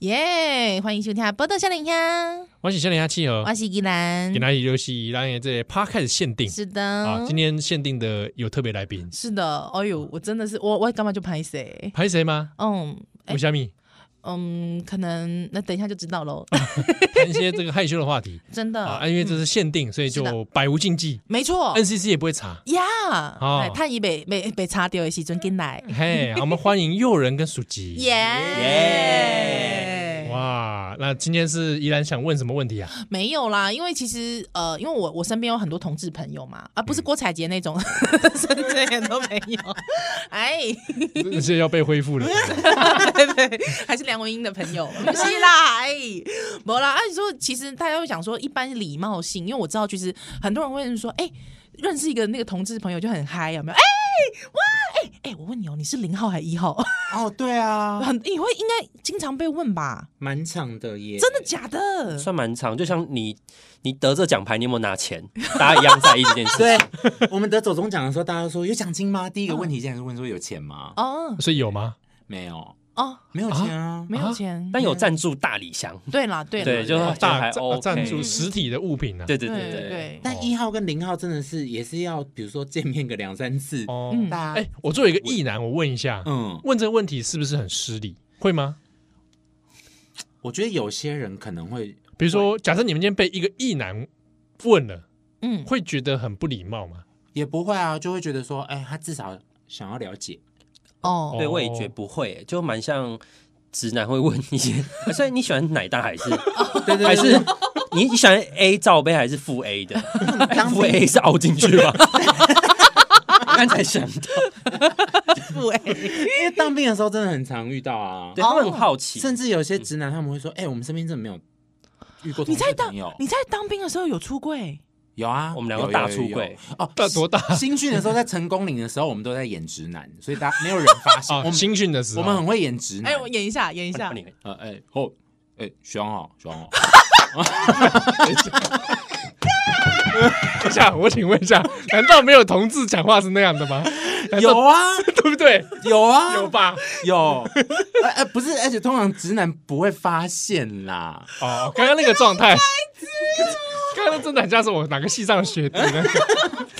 耶！欢迎收听《波多笑脸呀》，我是小林下哦契合我，是依兰给。大家就是让你这 p 开始限定是的，啊，今天限定的有特别来宾，是的。哎呦，我真的是我，我干嘛就拍谁？拍谁吗？嗯哎我虾 米嗯，可能那等一下就知道 喽。谈一些这个害羞的话题真的，啊，啊哎因为这是限定，所以嗯是的哦就百无禁忌没错。 ，NCC 也不会查。呀，哦哎他已被被被擦掉的时阵进来， 嘿，好我们欢迎诱人跟属吉。耶！哇，那今天是依然想问什么问题啊？ 没有啦，因为其实呃，因为我我身边有很多同志朋友嘛，啊，不是嗯郭采洁那种， 甚至也都没有。哎，这些要被恢 复了。对对，还是梁文音的朋 友，不是啦，哎，没啦。按、啊、你说，其实大家会想说，一般礼貌性，因为我知道，其实很多人会说，哎、认识一个那个同志朋友就很嗨，有没有？哎、哇，哎、哎、我问你哦，你是零号还是一号？哦，对啊，很你会应该经常被问吧？蛮长的耶，真的假的？算蛮长，就像你你得这奖牌，你有没有拿钱？ 大家一样在意这件事。对。我们得走中奖的时候，大家都说有奖金吗？第一个问题竟然是问说有钱吗？哦所以有吗？没有，哦，没有钱啊，没有钱，嗯但有赞助大礼箱，对啦，对啦对，就哦是大还赞 OK 赞助实体的物品啊。对对对对对对。对，但一号跟零号真的是也是要，比如说见面个两三次，哦，嗯大家哎，我作为一个异男，我问一下，嗯，问这个问题是不是很失礼？会吗？我觉得有些人可能会比如说，假设你们今天被一个异男问了，嗯，会觉得很不礼貌吗？也不会啊，就会觉得说，哎，他至少想要了解，哦，对，我也觉不会、就蛮像直男会问一些，啊所以你喜欢奶大还是对对，还是你你喜欢 A 罩杯还是负 A 的？哎负 A 是凹进去吗？ 刚才想到，不哎，因为当兵的时候真的很常遇到啊，对他们很好奇，甚至有些直男他们会说，哎，我们身边真的没有遇过同你在性当朋友，你在当兵的时候有出柜？有啊，我们两个有大有出有柜哦，大多大 新训的时候，在成功岭的时候，我们都在演直男，所以大家没有人 发现。我啊，们新训的时我候，们很会演直男。哦哎，我演一下，演一下嗯换，你呃哎哦哎，学长好，学长 好。等一下，我请问一下，难道没有同志讲话是那样的吗？难道有啊，对不对？有啊， 有吧？有。哎哎，不是，而且通常直男不会发现啦。哦，刚刚那个状态，刚刚那真的很像是我哪个系上的学弟那个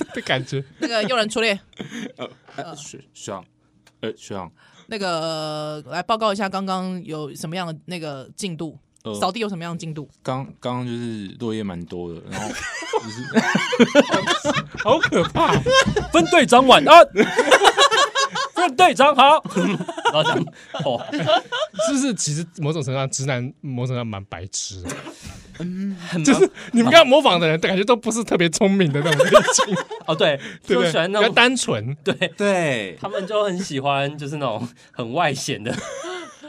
的感觉。那个诱人出列。呃，学学长，呃学长，那个来报告一下，刚刚有什么样的那个进度？呃扫地有什么样的进度？刚刚刚就是落叶蛮多的，然后就是好可怕！啊分队长晚安， 分队长好， 然后这样哦，是不是？其实某种程度上，直男某种程度上蛮白痴的，很就是你们刚刚模仿的人，感觉都不是特别聪明的那种类型，哦，对，对就不喜对？欢比那较种，单纯，对对他们就很喜 欢，就是那种很外显的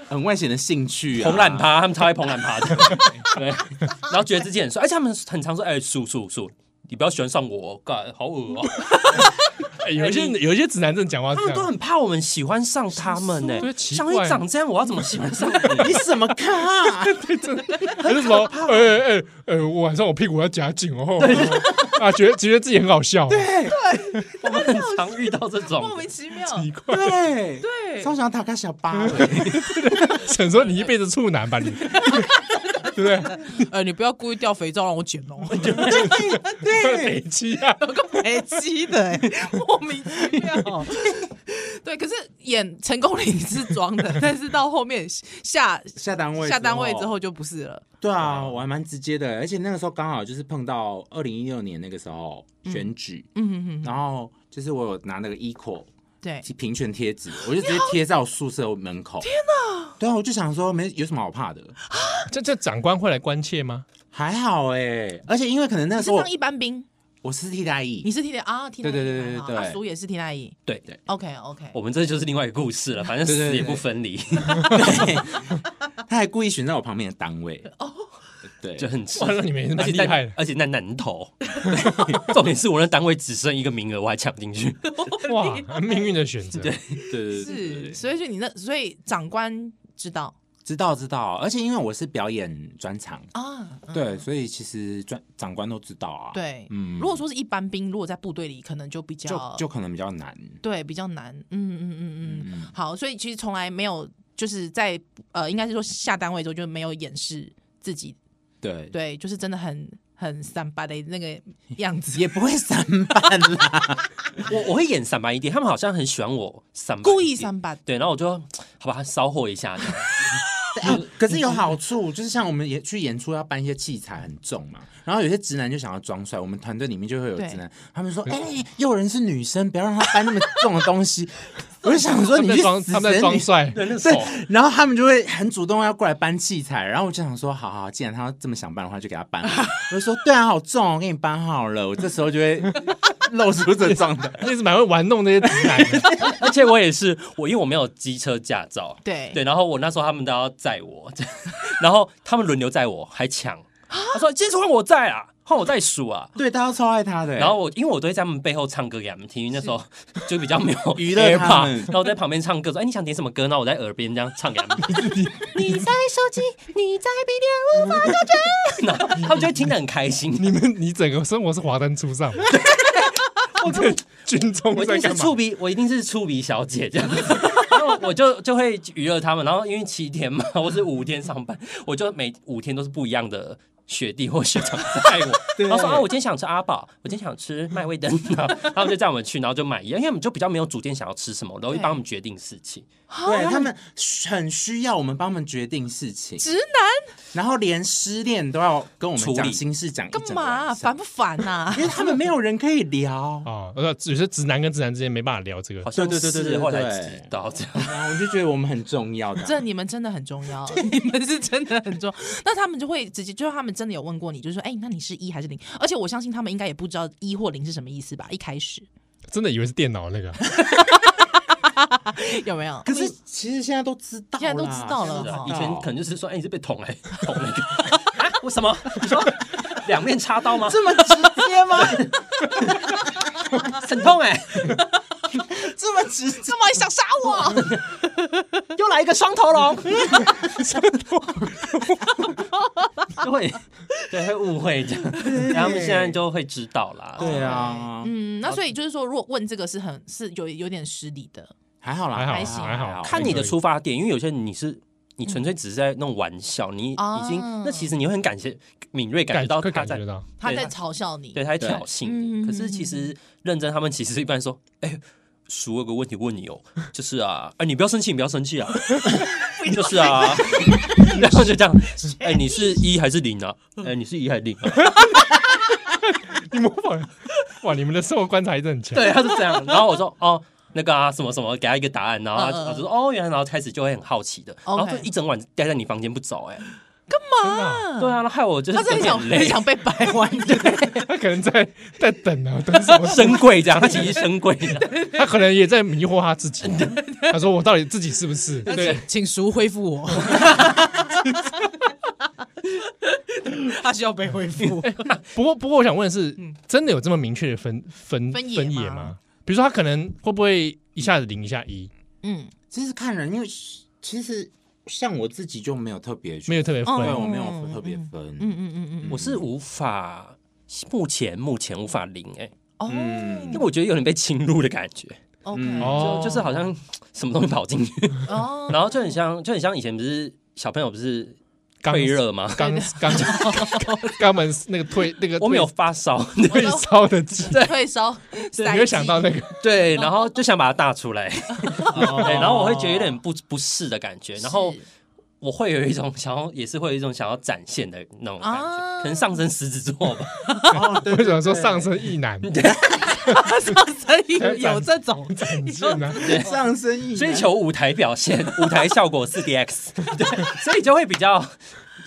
很外显的兴趣啊，蓬懒趴，他们超爱蓬懒趴 的，对，然后觉得自己很帅，而且他们很常说，哎，叔叔叔，你不要喜欢上我，干，好恶 哦，哎有一些有一些直男正讲话是他这们都样，很怕我们喜欢上他们啊欸呢对，奇像怪你长这样，我要怎么喜欢上 你？你什么咖？ 还是什么？哎哎哎哎，我晚上我屁股要夹紧哦， 啊，觉得觉得自己很好笑，哦我们很常遇到这莫 种名，其妙，奇怪。对对超想打开小 巴的。 想说你一辈子处男吧你， 对不 呃，你不要故意掉肥皂让我捡哦，对？累积啊，有个 没机的、 欸，莫名其妙。 对，可是演成功岭是装的，但是到后面下下单位下单位之后，就不是了。对啊，我还蛮直接的，而且那个时候刚好就是碰到二零一六年那个时候选举，嗯嗯嗯，然后就是我有拿那个 equal 对，平权贴纸，我就直接贴在我宿舍门口。天哪！对啊，我就想说没有什么好怕的，这这长官会来关切 吗？还好哎、而且因为可能那你个是时候我当一般兵，我是替代你役，是替代啊，替代役对对对对啊对哦阿叔也是替代役。对。 OK OK，我们这就是另外一个故事了，反正对对死对也不分离，他还故意选在我旁边的单位。哦，对， 就很吃哇，那你们也是而蛮且厉在害的，而且在南投， 重点是我那单位只剩一个名额，我还抢进去。哇，命运的选择。对对对对对是，所以就你那，所以长官知道知道知道，而且因为我是表演专场，啊，嗯对，所以其实专长官都知道啊。，对，嗯如果说是一般兵，如果在部队里，可能就比较就就可能比较难。对比较难，嗯嗯嗯嗯，好，所以其实从来没有就是在呃，应该是说下单位之后就没有掩饰自己，对，对，就是真的很很三八的那个样子，也不会散漫 啦。我我会演三八一点，他们好像很喜欢我三八，故意三八。对，然后我就好吧，稍后一下这样，啊 可是有好处，就是像我们也去演出要搬一些器材很重嘛，然后有些直男就想要装帅，我们团队里面就会有对直男，他们说：“哎、又有人是女生，不要让她搬那么重的东 西。”我就想说他你们去在装，死他们在神装女帅，对，那个 手对，然后他们就会很主动要过来搬器材，然后我就想说，好好，好既然他这么想搬的话，就给他 搬。我就说，对啊，好重哦，我给你搬好了。我这时候就会露出这 种的，那是蛮会玩弄那些直男的。 而且我也是，我因为我没有机车驾照，对对，然后我那时候他们都要载我， 然后他们轮流载我，还抢，他说今天是换我载啊，换我载数啊。对，大家都超爱他欸的。然后我因为我都会在他们背后唱歌给他们听，因为那时候就比较没有 娱乐他 AirPod 们然后我在旁边唱歌说：“哎，你想点什么歌？”然后我在耳边这样唱给他们听。 你在手机，你在笔电，无法杜绝。然后他们就会听得很开心。你们，你整个生活是华灯初上，我根本 军中我一在定是干触嘛？。鼻，我一定是触鼻小姐这样，然后我就就会娱乐他们，然后因为七天嘛，我是五天上班，我就每五天都是不一样的。学弟或学长载我，对然后说啊，我今天想吃阿宝，我今天想吃麦味登， 然后他们就载我们去，然后就买一样，因为我们就比较没有主见，想要吃什么，我都会帮我们决定事情。哦对他们很需要我们帮他们决定事情，直男然后连失恋都要跟我处们理讲心事，讲一整干个嘛啊、晚上烦不烦啊呐、 因为他们没有人可以聊啊，呃，有些直男跟直男之间没办法聊这个好，像对对对对是对后来对知道这样，然后我就觉得我们很重要 的啊，这你们真的很重要，你们是真的很重要。那他们就会直接，就是他们真的有问过你，就是说，哎、那你是一还是零？而且我相信他们应该也不知道一或零是什么意思吧？一开始真的以为是电脑那个。有没有？可是其实现在都知道啦，现在都知道了哦现在都哈啊以知道前可能就是说，哎，你是被捅来捅那 个啊？为什么？你说两面插刀吗？这么直接吗？很痛哎， 这么直接，这么想杀我？ 又来一个双头龙， 就会对会误会这样，然后他们现在就会知道啦。对，啊，嗯，那所以就是说，如果问这个是很是有有点失礼的， 还好啦，还好还行还好看你的出发点，因为有嗯些你是。你纯粹只是在弄玩笑，你已经、哦那其实你会很感谢敏锐感感觉到会他感在觉到，他在对嘲笑你。对他在挑衅对你，可是其实认真他们其实一般说，哎、叔有个问题问你哦，就是啊，哎、你不要生气，你不要生气啊，就是啊， 然后就这样，哎、你是一还是零啊？哎、你是一还是零、啊？你模仿， 哇，你们的生活观察力真的很强。 对，他是这样。然后我说哦，那个啊，什么什么，给他一个答案，然后嗯他嗯嗯他就说哦，原来，然后开始就会很好奇的，然 OK 后就一整晚待在你房间不走，哎，真的啊，对啊，那害我就是他是整很天想很很累，？想被掰弯，对，他可能在 在等啊，等什么 深柜这样，他其实深柜这样，他可能也在迷惑他 自己。他说：“我到底自己是不是？”对，请叔恢复我，他需要被恢复。不过，不过我想问的是，真的有这么明确的分分嗯分野分野吗吗？比如说，他可能会不会一下子零一下一，嗯，其实看人，因为其实像我自己就没有特别去没有，特别分？对哦我没有特别分，嗯嗯嗯嗯，我是无法。目前目前无法零哎、哦因为我觉得有点被侵入的感觉， ，OK，哦就就是好像什么东西跑 进去，哦，嗯然后就很像就很像以前不是小朋友不是刚退热吗？刚刚 肛门那个退那个我们有发烧，退退烧的机，退烧，你你会想到那个 对，然后就想把它大出来，哦对，然后我会觉得有哦点不不适的感觉，然后我会有一种想要，也是会有一种想要展现的那种感啊觉，可能上升狮子座 吧，哦对为什么说对上身一男上身有这种，展现啊呢？对上升意追求舞台表现、舞台效果四 D X，对， 所以就会比较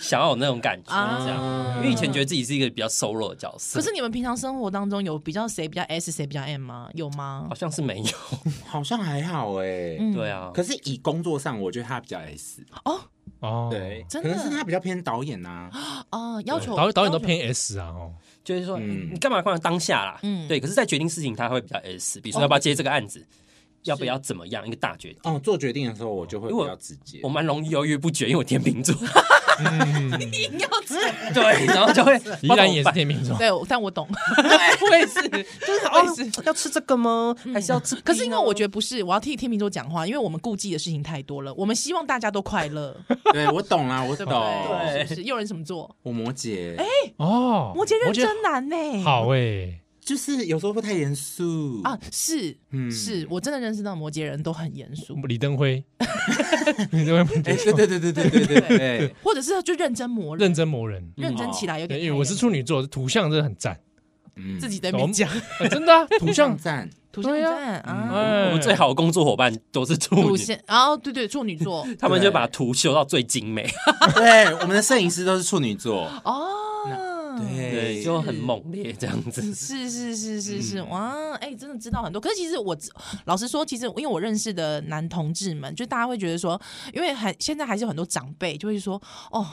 想要有那种感觉，啊这样，因为以前觉得自己是一个比较瘦弱的角色可，是你们平常生活当中有比较谁比较 S 谁比较 M 吗？有吗好？像是没有，好像还好哎，嗯哦对啊，可是以工作上，我觉得他比较 S，哦，对，真可的能是他比较偏导演啊呐，哦，要求导演导演都要求偏 S 啊，哦，就是说嗯你干嘛干嘛当下啦，嗯哦对，可是，在决定事情他会比较 S，比如说要不要接这个案子，要不要怎么样一个大决定。哦，做决定的时候我就会如比果较直接 我，蛮容易犹豫不决，因为我天秤座，嗯硬要整。对，然后就会 依然也是天秤座，对，我但我懂，我也是，我也是。要吃这个吗？还是要吃？可是因为我觉得，得不是，我要替天秤座讲话，因为我们顾忌的事情太多了。我们希望大家都快乐，对我懂啦，我对懂不。对？哦对是不是？又有人什么座？我摩羯，哦，摩羯认我觉得真男呢？好哎，就是有时候会太严肃啊，，是嗯是，我真的认识到摩羯人都很严肃，李 登辉，李登辉哎，对对对对对对对对，或者是就认真磨人，认真磨人。认真起来有对点。因为我是处女座，图像真的很赞，嗯自己在那边讲，啊 真的啊，图上像，赞，土象站啊，哎哦我们最好的工作伙伴都是嗯处土女，象，然后对对，处女座他们就把图修到最精美，对，我们的摄影师都是处女座，哦，对，对，就很猛烈这样子。是是是是是，哇，哎、真的知道很多。可是其实我老实说，其实因为我认识的男同志们，就大家会觉得说，因为还现在还是有很多长辈就会说，哦，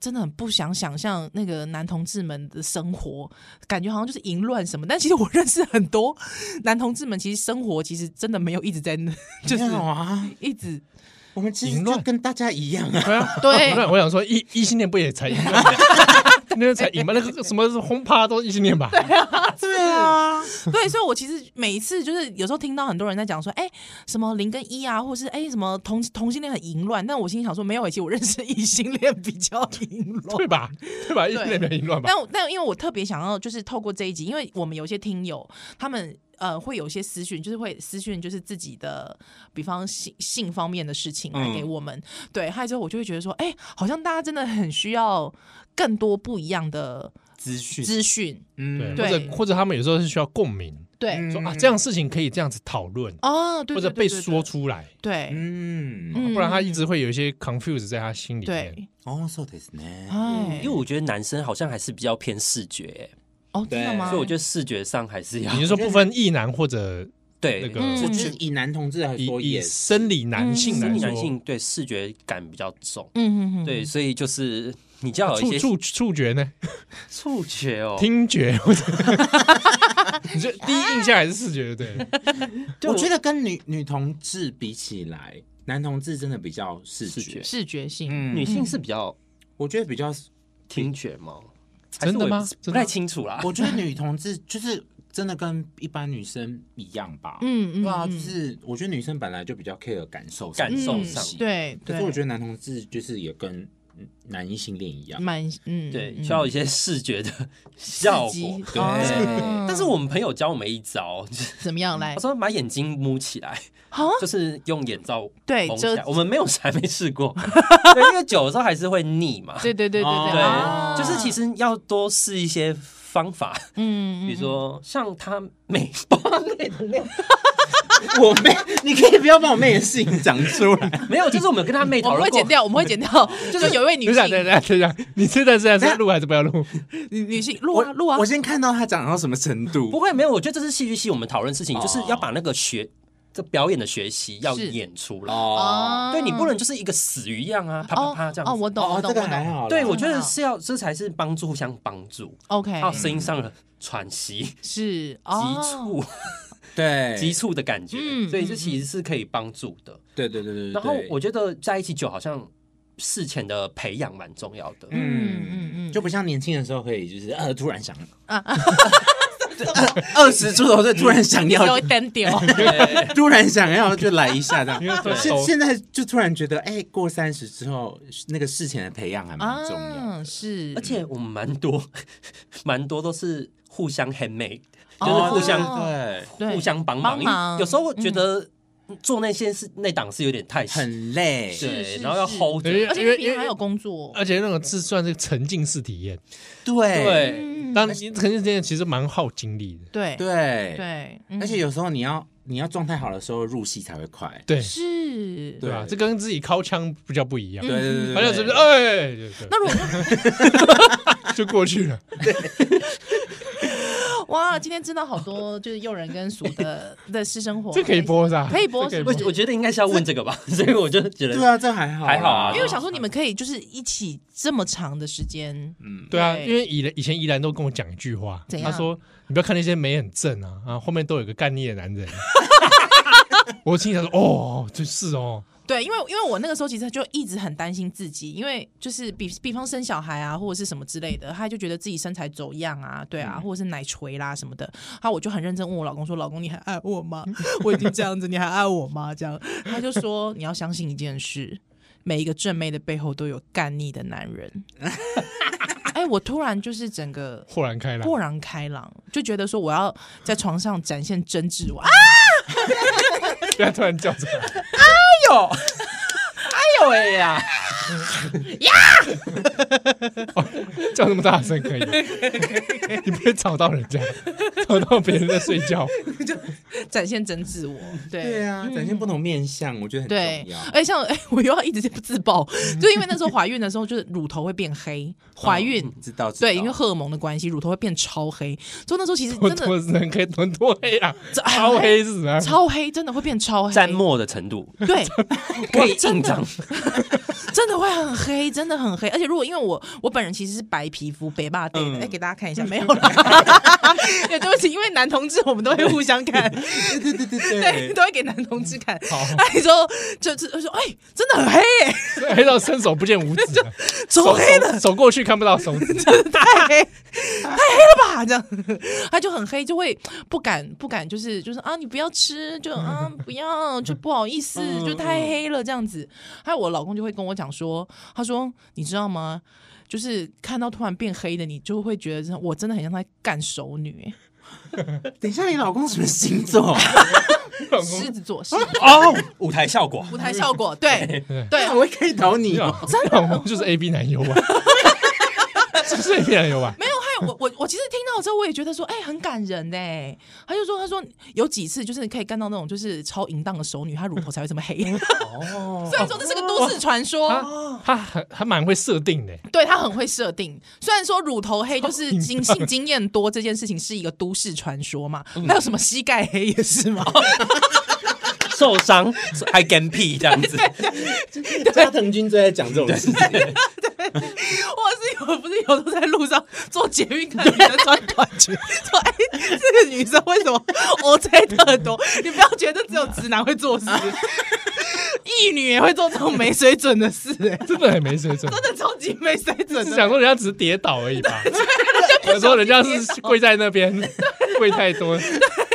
真的很不想想象那个男同志们的生活，感觉好像就是淫乱什么。但其实我认识很多男同志们，其实生活其实真的没有一直在那，就是没有啊，一直我们其实淫就乱跟大家一样啊，对啊， 对不。然我想说异异性恋不也才一 那个才赢吗？那个什么轰趴都是异性恋吧？对啊， 对，所以我其实每一次就是有时候听到很多人在讲说，哎、什么零跟一啊，或是哎、什么同同性恋很淫乱，但我心里想说，没有，其实我认识异性恋比 较淫乱。对吧？对吧？异性恋比较淫乱吧？但我但因为我特别想要，就是透过这一集，因为我们有些听友他们。呃，会有一些私讯，就是会私讯，就是自己的，比方性性方面的事情来嗯给我们。对，还有之后我就会觉得说，哎、好像大家真的很需要更多不一样的资讯，资讯。嗯对，或对者或者他们有时候是需要共鸣，对，嗯说啊这样事情可以这样子讨论，哦，对，或者对被说，出来，对对对嗯，嗯啊不然他一直会有一些 confuse 在他心里面。对，哦，そうですね，哎因为我觉得男生好像还是比较偏视觉，哦，真的对吗？所以我觉得视啊觉上还是要你是说不分异男或者对那个嗯我觉是得以男同志来以说以也是，生理男性来嗯生理说，男性对视觉感比较重，嗯嗯嗯，对，所以就是你就哦要有一触触些触觉呢？触觉哦，听 觉或者你这第一印象还是视觉对不对？我觉得跟女女同志比起来，男同志真的比较视视觉觉，视觉性，嗯女性是比较我觉得比较，听觉吗？真的吗还是我也不真的吗不太清楚啊啦。我觉得女同志就是真的跟一般女生一样吧，嗯嗯，对啊，嗯就是我觉得女生本来就比较 care 感受上感的嗯受东上西，对，可是我觉得得男同志就是也跟嗯男异性恋一样，蛮嗯，对，嗯需要有一些视觉 的效刺果激。对哦但是我们朋友教我们一招， 就是怎么样来他？说把眼睛蒙起来，好，啊就是用眼罩哎对蒙起遮来。，我们没有还没 试过，对，因为久的时候还是会腻嘛。对对对对哦对，啊对，就是其实要多试一些方法，嗯，嗯比如说像他美包类的那样，我妹，你可以不要把我妹的事情讲出来。 没有，就是我们有跟他妹我讨们论会过剪，掉，我们会剪 掉，就是有一位女等一下，等性一下，等一下，你现在是在是要录还是不要录？女女性 录啊录啊我，先看到她长到什么程不度。会没有，我觉得这是戏剧系我们讨论事情，哦就是要把那个学这表演的学习要是演出来。哦啊对你不能就是一个死鱼一样啊，啪啪啪这样哦，子。我懂我哦，懂这我个还懂好啦。对，我觉哦得是要，这才是帮助，互相帮助。 ，OK，还有声音上的喘息、急是急促、对，急促的感觉哦嗯，所以这其实是可以帮助的。对对对对对。然后我对觉得在一起久，好像事前的培养蛮重要的。嗯嗯嗯就不像年轻的时候可以就是呃突然想啊啊， 二十出头就突然想有要一，点 点哦，对突然想要就来一下这因样。为都现现在就突然觉得，哎，过三十之后那个事前的培养还蛮重要。啊是，而且我们蛮多蛮多都是互相 handmade，哦就是互相对，对互相帮帮忙。因忙嗯为有时候我觉得做那些事那档是有点太很累。是是对，然后要是 hold 着。对而且那因为呃边还有工作，而且那种是算是沉浸式体验，对对，嗯当然沉浸式体验其实蛮耗精力的。对对，对，嗯而且有时候你要你要状态好的时候入戏才会快。对是，对吧？对这跟自己掏枪比较不一样嗯，对对对，好像是对不是？哎，对对那如果就过去了。 哦哇，今天知道好多就是诱人跟俗的 的私生活，这可以，播是吧？可以播这是不我是？我觉得应该是要问这个吧，所以我就觉对得啊，这还好啦，还好啊因为我想说你们可以就是一起这么长的时间，嗯，对啊，对因为以以前宜兰都跟我讲一句话，怎他样说：“你不要看那些美很 正 啊，啊，后面都有个干腻的男人。”我心里想说：“哦，就是哦，对，因为因为我那个时候其实就一直很担心自己，因为就是比比方生小孩啊，或者是什么之类的，他就觉得自己身材走样啊，对嗯啊，或者是奶垂啦什么的。好，我就很认真问我老公说：“老公，你还爱我吗？ 我已经这样子，你还爱我吗？”这样，他就说：“你要相信一件事，每一个正妹的背后都有干腻的男人。” 哎，我突然就是整个豁然开朗。豁然开朗，就觉得说我要在床上展现真挚我。啊 不要突然叫出来，哎呦喂 呀！哦叫那么大声可以吗？你不会吵到人家，吵到别人在睡觉。展现真自我，对对啊，展现不同面相，我觉得很对重要。，而且像 哎，我又要一直自爆， 就因为那时候怀孕的时候，就是乳头会变黑，怀孕、哦嗯知道知道对，因为荷尔蒙的关系，乳头会变超黑，所以那时候 其实我真多的人可以多多黑啊，这哎超黑是啊，超黑，真的会变 超黑，沾墨的程度对，可以印章， 真的会很黑，真的很黑。而且如果因为我我本人其实是白皮肤北霸对的，哎、嗯给大家看一下， 没有啦。 也对不起，因为男同志我们都会互相看， 对对对对对，对，都会给男同志看。好哎，你说就是我说，哎、真的很黑耶、黑到伸手不见五指啊，超黑的，手手过去看不到手指，太黑，太黑了吧？这样，他就很黑，就会不敢不敢，就是就是啊，你不要吃，就啊不要，就不好意思，就太黑了这样子。还有我老公就会跟我讲说，他说你知道吗？就是看到突然变黑的，你就会觉得真的我真的很像在干熟女、等一下，你老公什么 星座？老欸，狮公子座，狮子座哦，舞台效果舞台效果，对对，我可以投你你哦老。你老公就是 A B 男优吧？啊是不是 A B 男优啊吧？没有害我，我我其实听到之后，我也觉得说，哎、很感人呢、他就说，他说有几次就是你可以看到那种就是超淫荡的熟女，她乳头才会这么黑。哦虽然说这是个都市传说，他他很还蛮会设定的，欸对他很会设定。虽然说乳头黑就是经性经验多这件事情是一个都市传说嘛，那有什么膝盖黑也是吗？受伤还跟屁这样 子，加藤君最爱讲这种事情，或者是有不是有都在路上做捷运看女生穿短裙， 说哎、这个女生为什么 OJ 特多？你不要觉得只有直男会做事， 异女也会做这种没水准的事、哎，真的很没水准。真的超级没水准是的。想说人家只是跌倒而已吧？想说人家是跪在那边跪太多，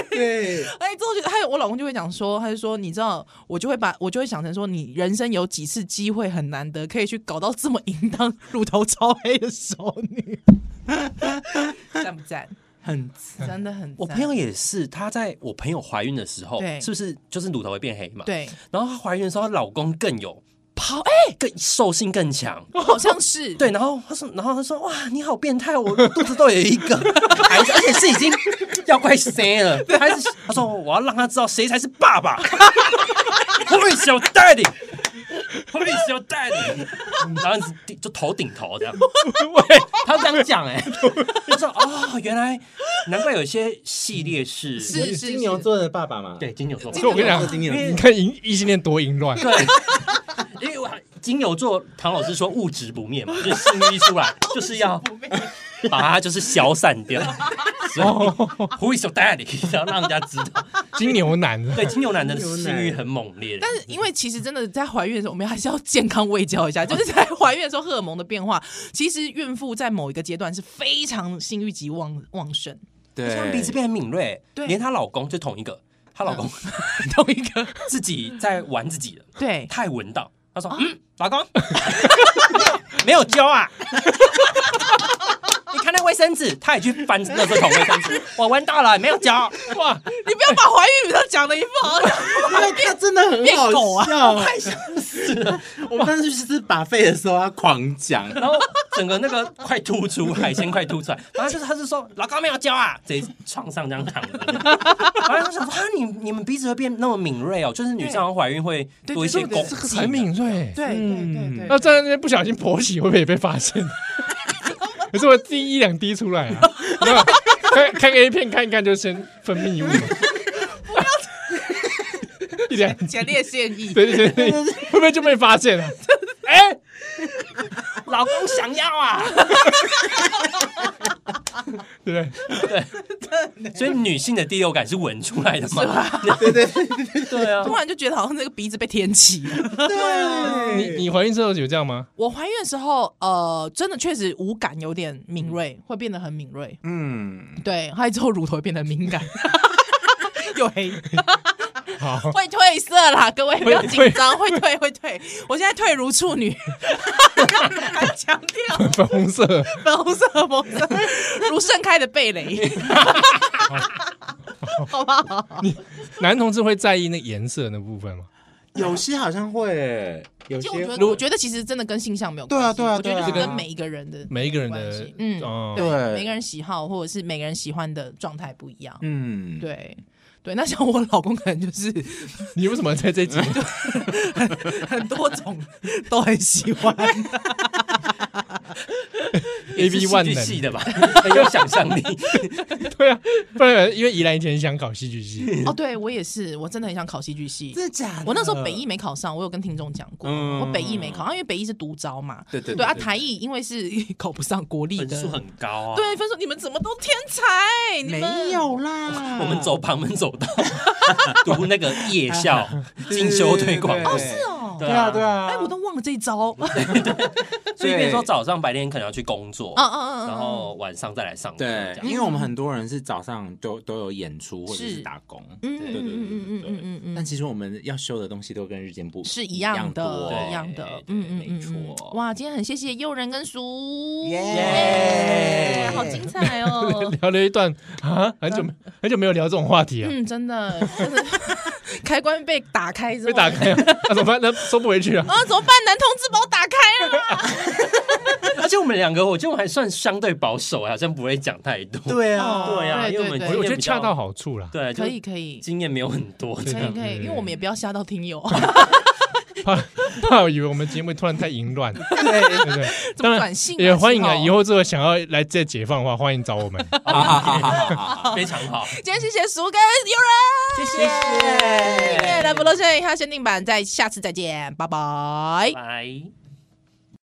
对，哎，之后就还有我老公就会讲说，他就说你知道，我就会把我就会想成说，你人生有几次机会很难得，可以去搞到这么淫荡、乳头超黑的熟女， 赞不赞？很真的很赞。我朋友也是，她在我朋友怀孕的时候，对是不是就是乳头会变黑嘛？。对然后她怀孕的时候，她老公更有哎跑更兽性更强，好像 是对。然后她说，然后她说，哇，你好变态，哦我肚子都有一个 孩子，而且是已经要快生了，她还是她说我要让她知道谁才是爸爸 ，Who is your daddy？Who is your daddy？然后你就头顶头这样。喂，他这样讲哎、我说哦，原来难怪有些系列是是是金牛座的爸爸嘛？对金啊牛座，所以我跟你讲，金牛座你看异异性恋多淫乱，对，因为我金牛座唐老师说物质不灭嘛，就是性欲一出 来就是要把它就是消散掉，所以哦 Who is your daddy？要 让人家知道，金牛男啊对金牛男的性金牛欲男很猛烈，但是因为其实真的在怀孕的时候，我们还是要健康喂教 一下。就是在怀孕的时候，荷尔蒙的变化，其实孕妇在某一个阶段是非常性欲极旺旺盛，对像鼻子变得敏锐，对嗯连她老公就同一个，她老公 同一个自己在玩自己的，对太闻到，他哦说：“嗯，老公， 没有胶啊。” 你看那卫生纸，他也去翻垃圾桶卫生纸，我闻到了，没有胶，哇，你不要把怀孕女生讲的一副好像 因为他真的很变狗好啊笑，快笑死了！我们当时去吃把费的时候，他狂 讲，然后整个那个快吐出，海鲜快吐出来，然后就是他就说：“老公没有胶啊。”在床上这样躺着，然后我想说：“啊，你你们鼻子会变那么敏锐哦，就是女生好像怀孕会多一些攻对击，很敏锐。对对对那对，站在那边不小心勃起，会不会也被 发现？可是我滴一两滴出来啊，没有看看 A 片看一看就先分泌物， 一两前列腺液。对对对，对会不会就被发现了？哎，老公想要啊。”对不对？真所以女性的第六感是闻出来的嘛？对对对对啊突！然就觉得好像那个鼻子被天启了。你你怀孕之后有这样吗？我怀孕的时候，呃，真的确实五感有点敏锐，会变得很敏锐。嗯，对，还有之后乳头会变得敏 感，又黑，好， 会褪色啦，各位不要紧张，会退会退。我现在退如处女，还强调粉红色，粉红色粉红色，如盛开的蓓蕾，好不好？男同志会在意那个颜色那部分吗？有些好像会，有其实我些觉得，我觉得其实真的跟性向没有关系，对啊我对觉啊得就是对啊跟每一个人的每一个人关的系，嗯，哦对，对每个人喜好或者是每个人喜欢的状态不一样，嗯，对。对，那像我老公可能就是 你为什么在这一集？很多种都很喜欢， A B One 剧能系的吧，很有想象力。对啊，不然因为宜兰以前想搞戏剧系，。哦，对我也是，我真的很想考戏剧系。真的假的？我那时候北艺没考上，我有跟听众讲过，嗯我北艺没考上，因为北艺是独招嘛。对对对啊，台艺因为是 考不上国立的，分数很高啊。对分数，你们怎么都天才？你们没有啦，我们走旁门走道，读那个夜校进修推广。对对对是哦。对对啊对啊，啊，哎，我都忘了这一 招。嗯所以变成说早上白天可能要去工作，嗯嗯嗯。然后晚上再来上课。对，这样因为我们很多人是早上都都有演出或者嗯是是打工，嗯对嗯对嗯嗯对对对嗯对。嗯嗯但嗯，其实我们要修的东西都跟日间部是一样的，多一样的对。嗯嗯嗯，对没嗯错。哇，今天很谢谢诱人跟苏，耶耶好精彩 哦 聊了一段啊，很久没很久没有聊这种话题啊，嗯，真的， 真的开关被打开之后，被打开啊，那怎么办？那收不回去啊？啊，怎么办？男同志把我打开了，而且我们两个，我觉得我还算相对保守，啊好像不会讲太多。对啊，哦对啊，对因为我们对我对我觉得比较恰到好处啦，对，就可以可以经验没有很多。可这以样可以，因为我们也不要吓到听 友，怕怕我以为我们节目突然太淫乱，对不对？怎么当然转性也欢迎啊，之以后之后想要来这解放的话，欢迎找我们。非常好，今天谢谢苏跟悠谢人，今天的不露声音还有限定版，在下次再见，拜拜。拜。